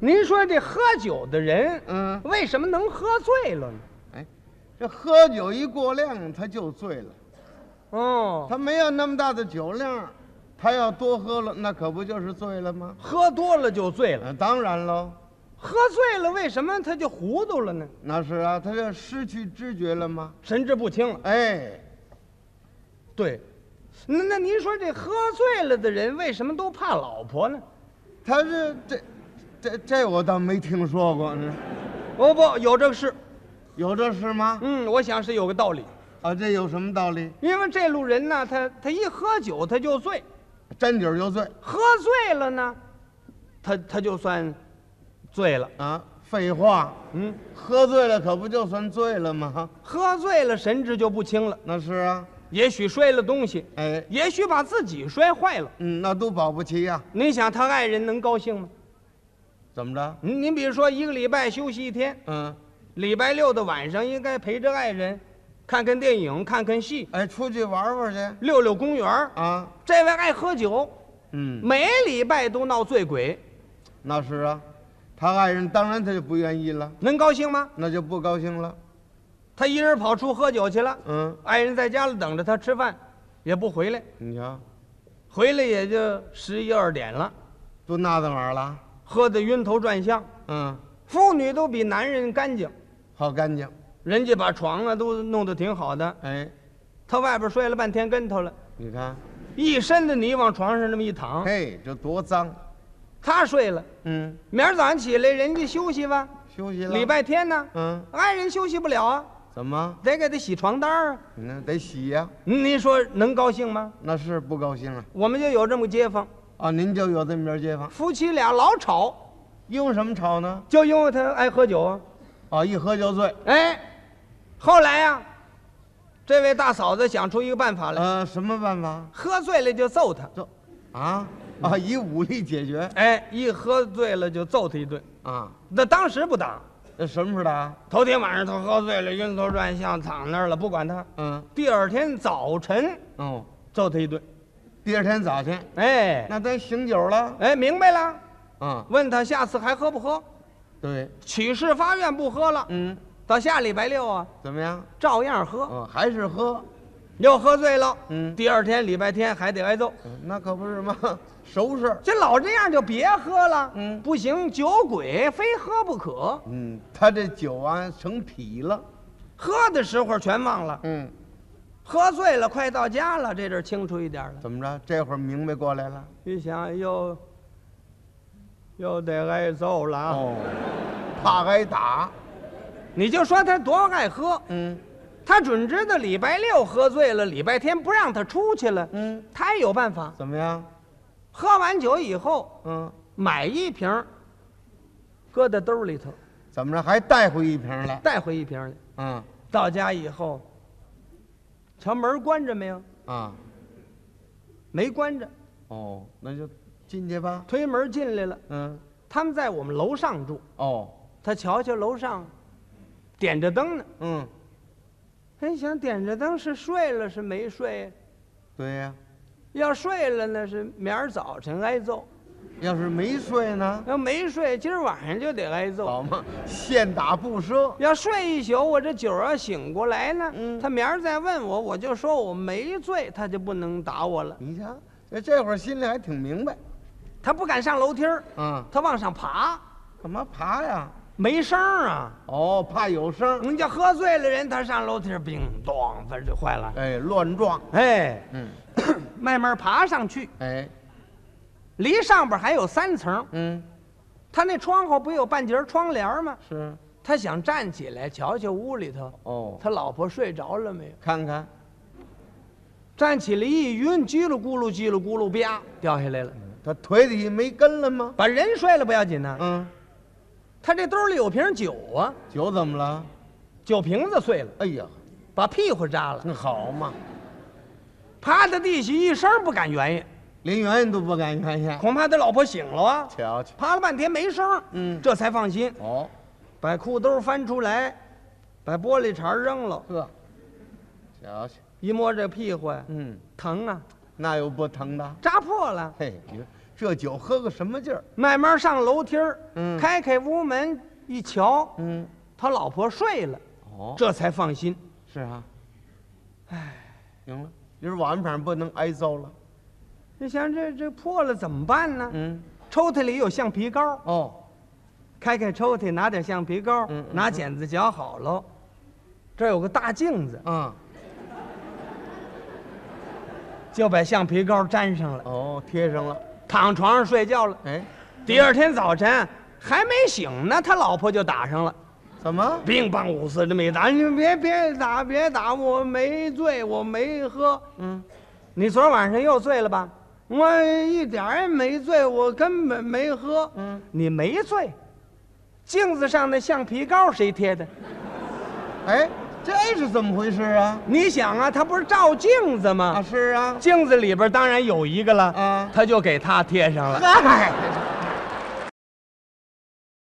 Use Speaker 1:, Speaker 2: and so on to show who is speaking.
Speaker 1: 您说这喝酒的人，
Speaker 2: 嗯
Speaker 1: 为什么能喝醉了呢？
Speaker 2: 哎，这喝酒一过量他就醉了，
Speaker 1: 哦，
Speaker 2: 他没有那么大的酒量，他要多喝了，那可不就是醉了吗？
Speaker 1: 喝多了就醉了，
Speaker 2: 呃，当然喽，
Speaker 1: 喝醉了为什么他就糊涂了呢？
Speaker 2: 那是啊，他这失去知觉了吗？
Speaker 1: 神志不清了。
Speaker 2: 哎，
Speaker 1: 对，那那您说这喝醉了的人为什么都怕老婆呢？
Speaker 2: 他是这，这这我倒没听说过，嗯
Speaker 1: 哦不，有这个事。
Speaker 2: 有这事吗？
Speaker 1: 嗯，我想是有个道理，
Speaker 2: 啊，这有什么道理？
Speaker 1: 因为这路人呢，他他一喝酒他就醉，
Speaker 2: 沾酒就醉
Speaker 1: 喝醉了呢，他他就算醉了。
Speaker 2: 啊！废话，
Speaker 1: 嗯，
Speaker 2: 喝醉了可不就算醉了吗？
Speaker 1: 喝醉了神志就不清了，
Speaker 2: 那是啊，
Speaker 1: 也许摔了东西，
Speaker 2: 哎，
Speaker 1: 也许把自己摔坏了。
Speaker 2: 嗯，那都保不齐呀、
Speaker 1: 您想他爱人能高兴吗？
Speaker 2: 怎么着？
Speaker 1: 您您比如说一个礼拜休息一天，
Speaker 2: 嗯，
Speaker 1: 礼拜六的晚上应该陪着爱人，看看电影，看看戏，
Speaker 2: 哎，出去玩玩去
Speaker 1: 溜溜公园儿
Speaker 2: 啊！
Speaker 1: 这位爱喝酒，
Speaker 2: 嗯，
Speaker 1: 每礼拜都闹醉鬼，
Speaker 2: 那是啊，他爱人当然他就不愿意了，
Speaker 1: 能高兴吗？
Speaker 2: 那就不高兴了。
Speaker 1: 他一人跑出喝酒去了，
Speaker 2: 嗯，
Speaker 1: 爱人在家里等着他吃饭，也不回来，
Speaker 2: 你瞧，
Speaker 1: 回来也就十一二点了，
Speaker 2: 都那到哪儿了？
Speaker 1: 喝得晕头转向。
Speaker 2: 嗯，
Speaker 1: 妇女都比男人干净，
Speaker 2: 好干净。
Speaker 1: 人家把床啊都弄得挺好的，
Speaker 2: 哎，
Speaker 1: 他外边摔了半天跟头了，
Speaker 2: 你看，
Speaker 1: 一身的泥往床上那么一躺，
Speaker 2: 嘿，这多脏。
Speaker 1: 他睡了。
Speaker 2: 嗯，
Speaker 1: 明儿早上起来，人家休息吧。
Speaker 2: 休息了。
Speaker 1: 礼，拜天呢，
Speaker 2: 嗯，
Speaker 1: 爱人休息不了啊，
Speaker 2: 怎么？
Speaker 1: 得给他洗床单儿啊。
Speaker 2: 你那得洗呀、
Speaker 1: 您您说能高兴吗？
Speaker 2: 那是不高兴了
Speaker 1: 我们就有这么个街坊，
Speaker 2: 啊！您就有这么名街坊，
Speaker 1: 夫妻俩老吵，
Speaker 2: 因为什么吵呢？
Speaker 1: 就因为他爱喝酒啊。
Speaker 2: 啊，一喝就醉。
Speaker 1: 哎，后来呀、这位大嫂子想出一个办法来，
Speaker 2: 呃，什么办法？
Speaker 1: 喝醉了就揍他。
Speaker 2: 就，啊啊，以武力解决
Speaker 1: 哎，一喝醉了就揍他一顿。
Speaker 2: 啊？
Speaker 1: 那当时不打，
Speaker 2: 那什么时候打？
Speaker 1: 头天晚上他喝醉了，晕头转向，躺那儿了，不管他。
Speaker 2: 嗯，
Speaker 1: 第二天早晨
Speaker 2: 哦，
Speaker 1: 揍他一顿。
Speaker 2: 第二天早晨，
Speaker 1: 哎，
Speaker 2: 那咱醒酒了。
Speaker 1: 哎，明白了。
Speaker 2: 啊，
Speaker 1: 问他下次还喝不喝？
Speaker 2: 对，
Speaker 1: 起誓发愿不喝了。
Speaker 2: 嗯，
Speaker 1: 到下礼拜六啊，
Speaker 2: 怎么样？
Speaker 1: 照样喝，
Speaker 2: 哦，还是喝。
Speaker 1: 又喝醉了。
Speaker 2: 嗯
Speaker 1: 第二天礼拜天还得挨揍。
Speaker 2: 嗯那可不是嘛， 熟事儿。
Speaker 1: 这老这样就别喝了。
Speaker 2: 嗯
Speaker 1: 不行，酒鬼非喝不可。
Speaker 2: 嗯，他这酒啊成痞了。
Speaker 1: 喝的时候全忘了，
Speaker 2: 嗯，
Speaker 1: 喝醉了，快到家了，这阵儿清楚一点了。
Speaker 2: 怎么着？这会儿明白过来了。
Speaker 1: 一想又又得挨揍了啊。
Speaker 2: 哦，怕挨打。
Speaker 1: 你就说他多爱喝，
Speaker 2: 嗯
Speaker 1: 他准知道礼拜六喝醉了，礼拜天不让他出去了。
Speaker 2: 嗯，
Speaker 1: 他也有办法。
Speaker 2: 怎么样？
Speaker 1: 喝完酒以后，
Speaker 2: 嗯，
Speaker 1: 买一瓶儿，搁在兜里头，
Speaker 2: 怎么着还带回一瓶来？
Speaker 1: 带回一瓶儿来。
Speaker 2: 嗯
Speaker 1: 到家以后，瞧门儿关着没有？
Speaker 2: 啊，
Speaker 1: 没关着，
Speaker 2: 哦，那就进去吧。
Speaker 1: 推门进来了。
Speaker 2: 嗯，
Speaker 1: 他们在我们楼上住，
Speaker 2: 哦，
Speaker 1: 他瞧瞧楼上，点着灯 呢。
Speaker 2: 嗯，
Speaker 1: 他想点着灯是睡了是没睡？
Speaker 2: 对呀、
Speaker 1: 要睡了呢是明儿早晨挨揍，
Speaker 2: 要是没睡呢，
Speaker 1: 要没睡今儿晚上就得挨揍。
Speaker 2: 好嘛，现打不赊。
Speaker 1: 要睡一宿，我这酒儿要醒过来呢，
Speaker 2: 嗯
Speaker 1: 他明儿再问我，我就说我没醉，他就不能打我了。
Speaker 2: 你瞧，这这会儿心里还挺明白。
Speaker 1: 他不敢上楼梯儿，
Speaker 2: 啊，
Speaker 1: 他往上爬，
Speaker 2: 干嘛爬呀？
Speaker 1: 没声儿啊。
Speaker 2: 哦，怕有声，
Speaker 1: 人家喝醉了人，他上楼梯儿，叮咚，反正就坏了。
Speaker 2: 哎，乱撞。
Speaker 1: 哎，
Speaker 2: 嗯，
Speaker 1: 慢慢爬上去，
Speaker 2: 哎，
Speaker 1: 离上边还有三层。
Speaker 2: 嗯，
Speaker 1: 他那窗户不有半截儿窗帘儿吗？
Speaker 2: 是。
Speaker 1: 他想站起来瞧瞧屋里头，
Speaker 2: 哦，
Speaker 1: 他老婆睡着了没有？
Speaker 2: 看看，
Speaker 1: 站起来一晕，叽里咕噜叽里咕噜，啪掉下来了。
Speaker 2: 他腿底下没根了吗？
Speaker 1: 把人摔了不要紧呐、
Speaker 2: 嗯，
Speaker 1: 他这兜里有瓶酒啊，
Speaker 2: 酒怎么了？
Speaker 1: 酒瓶子碎了，
Speaker 2: 哎呀，
Speaker 1: 把屁股扎了，
Speaker 2: 那好 嘛，
Speaker 1: 趴在地下一声不敢原因，
Speaker 2: 连圆圆都不敢看见。
Speaker 1: 恐怕他老婆醒了啊，
Speaker 2: 瞧瞧，
Speaker 1: 趴了半天没声，
Speaker 2: 嗯
Speaker 1: 这才放心，
Speaker 2: 哦，
Speaker 1: 把裤兜翻出来，把玻璃碴扔了，
Speaker 2: 呵，瞧瞧，
Speaker 1: 一摸这屁股呀，
Speaker 2: 嗯，
Speaker 1: 疼啊，
Speaker 2: 那有不疼的？
Speaker 1: 扎破了，
Speaker 2: 嘿，你说这酒喝个什么劲儿？
Speaker 1: 慢慢上楼梯儿，
Speaker 2: 嗯
Speaker 1: 开开屋门一瞧，
Speaker 2: 嗯，
Speaker 1: 他老婆睡了，
Speaker 2: 哦，
Speaker 1: 这才放心。
Speaker 2: 是啊，哎，行了，今儿晚上不能挨揍了。
Speaker 1: 你想这这破了怎么办呢？
Speaker 2: 嗯，
Speaker 1: 抽屉里有橡皮膏，
Speaker 2: 哦，
Speaker 1: 开开抽屉拿点橡皮膏，
Speaker 2: 嗯嗯
Speaker 1: 拿剪子绞好喽。这儿有个大镜子，
Speaker 2: 啊，
Speaker 1: 就把橡皮膏粘上了，
Speaker 2: 哦，贴上了。
Speaker 1: 躺床上睡觉了。
Speaker 2: 哎，
Speaker 1: 第二天早晨还没醒呢，他老婆就打上了，
Speaker 2: 怎么？
Speaker 1: 乒乓五四这么一打，你别别打别打，我没醉，我没喝。
Speaker 2: 嗯，
Speaker 1: 你昨儿晚上又醉了吧？我一点儿也没醉，我根本没喝。
Speaker 2: 嗯，
Speaker 1: 你没醉，镜子上那橡皮膏谁贴的？
Speaker 2: 哎，这是怎么回事啊？
Speaker 1: 你想啊，他不是照镜子吗？
Speaker 2: 啊，是啊，
Speaker 1: 镜子里边当然有一个了，
Speaker 2: 啊
Speaker 1: 他就给他贴上了。
Speaker 2: 嗨，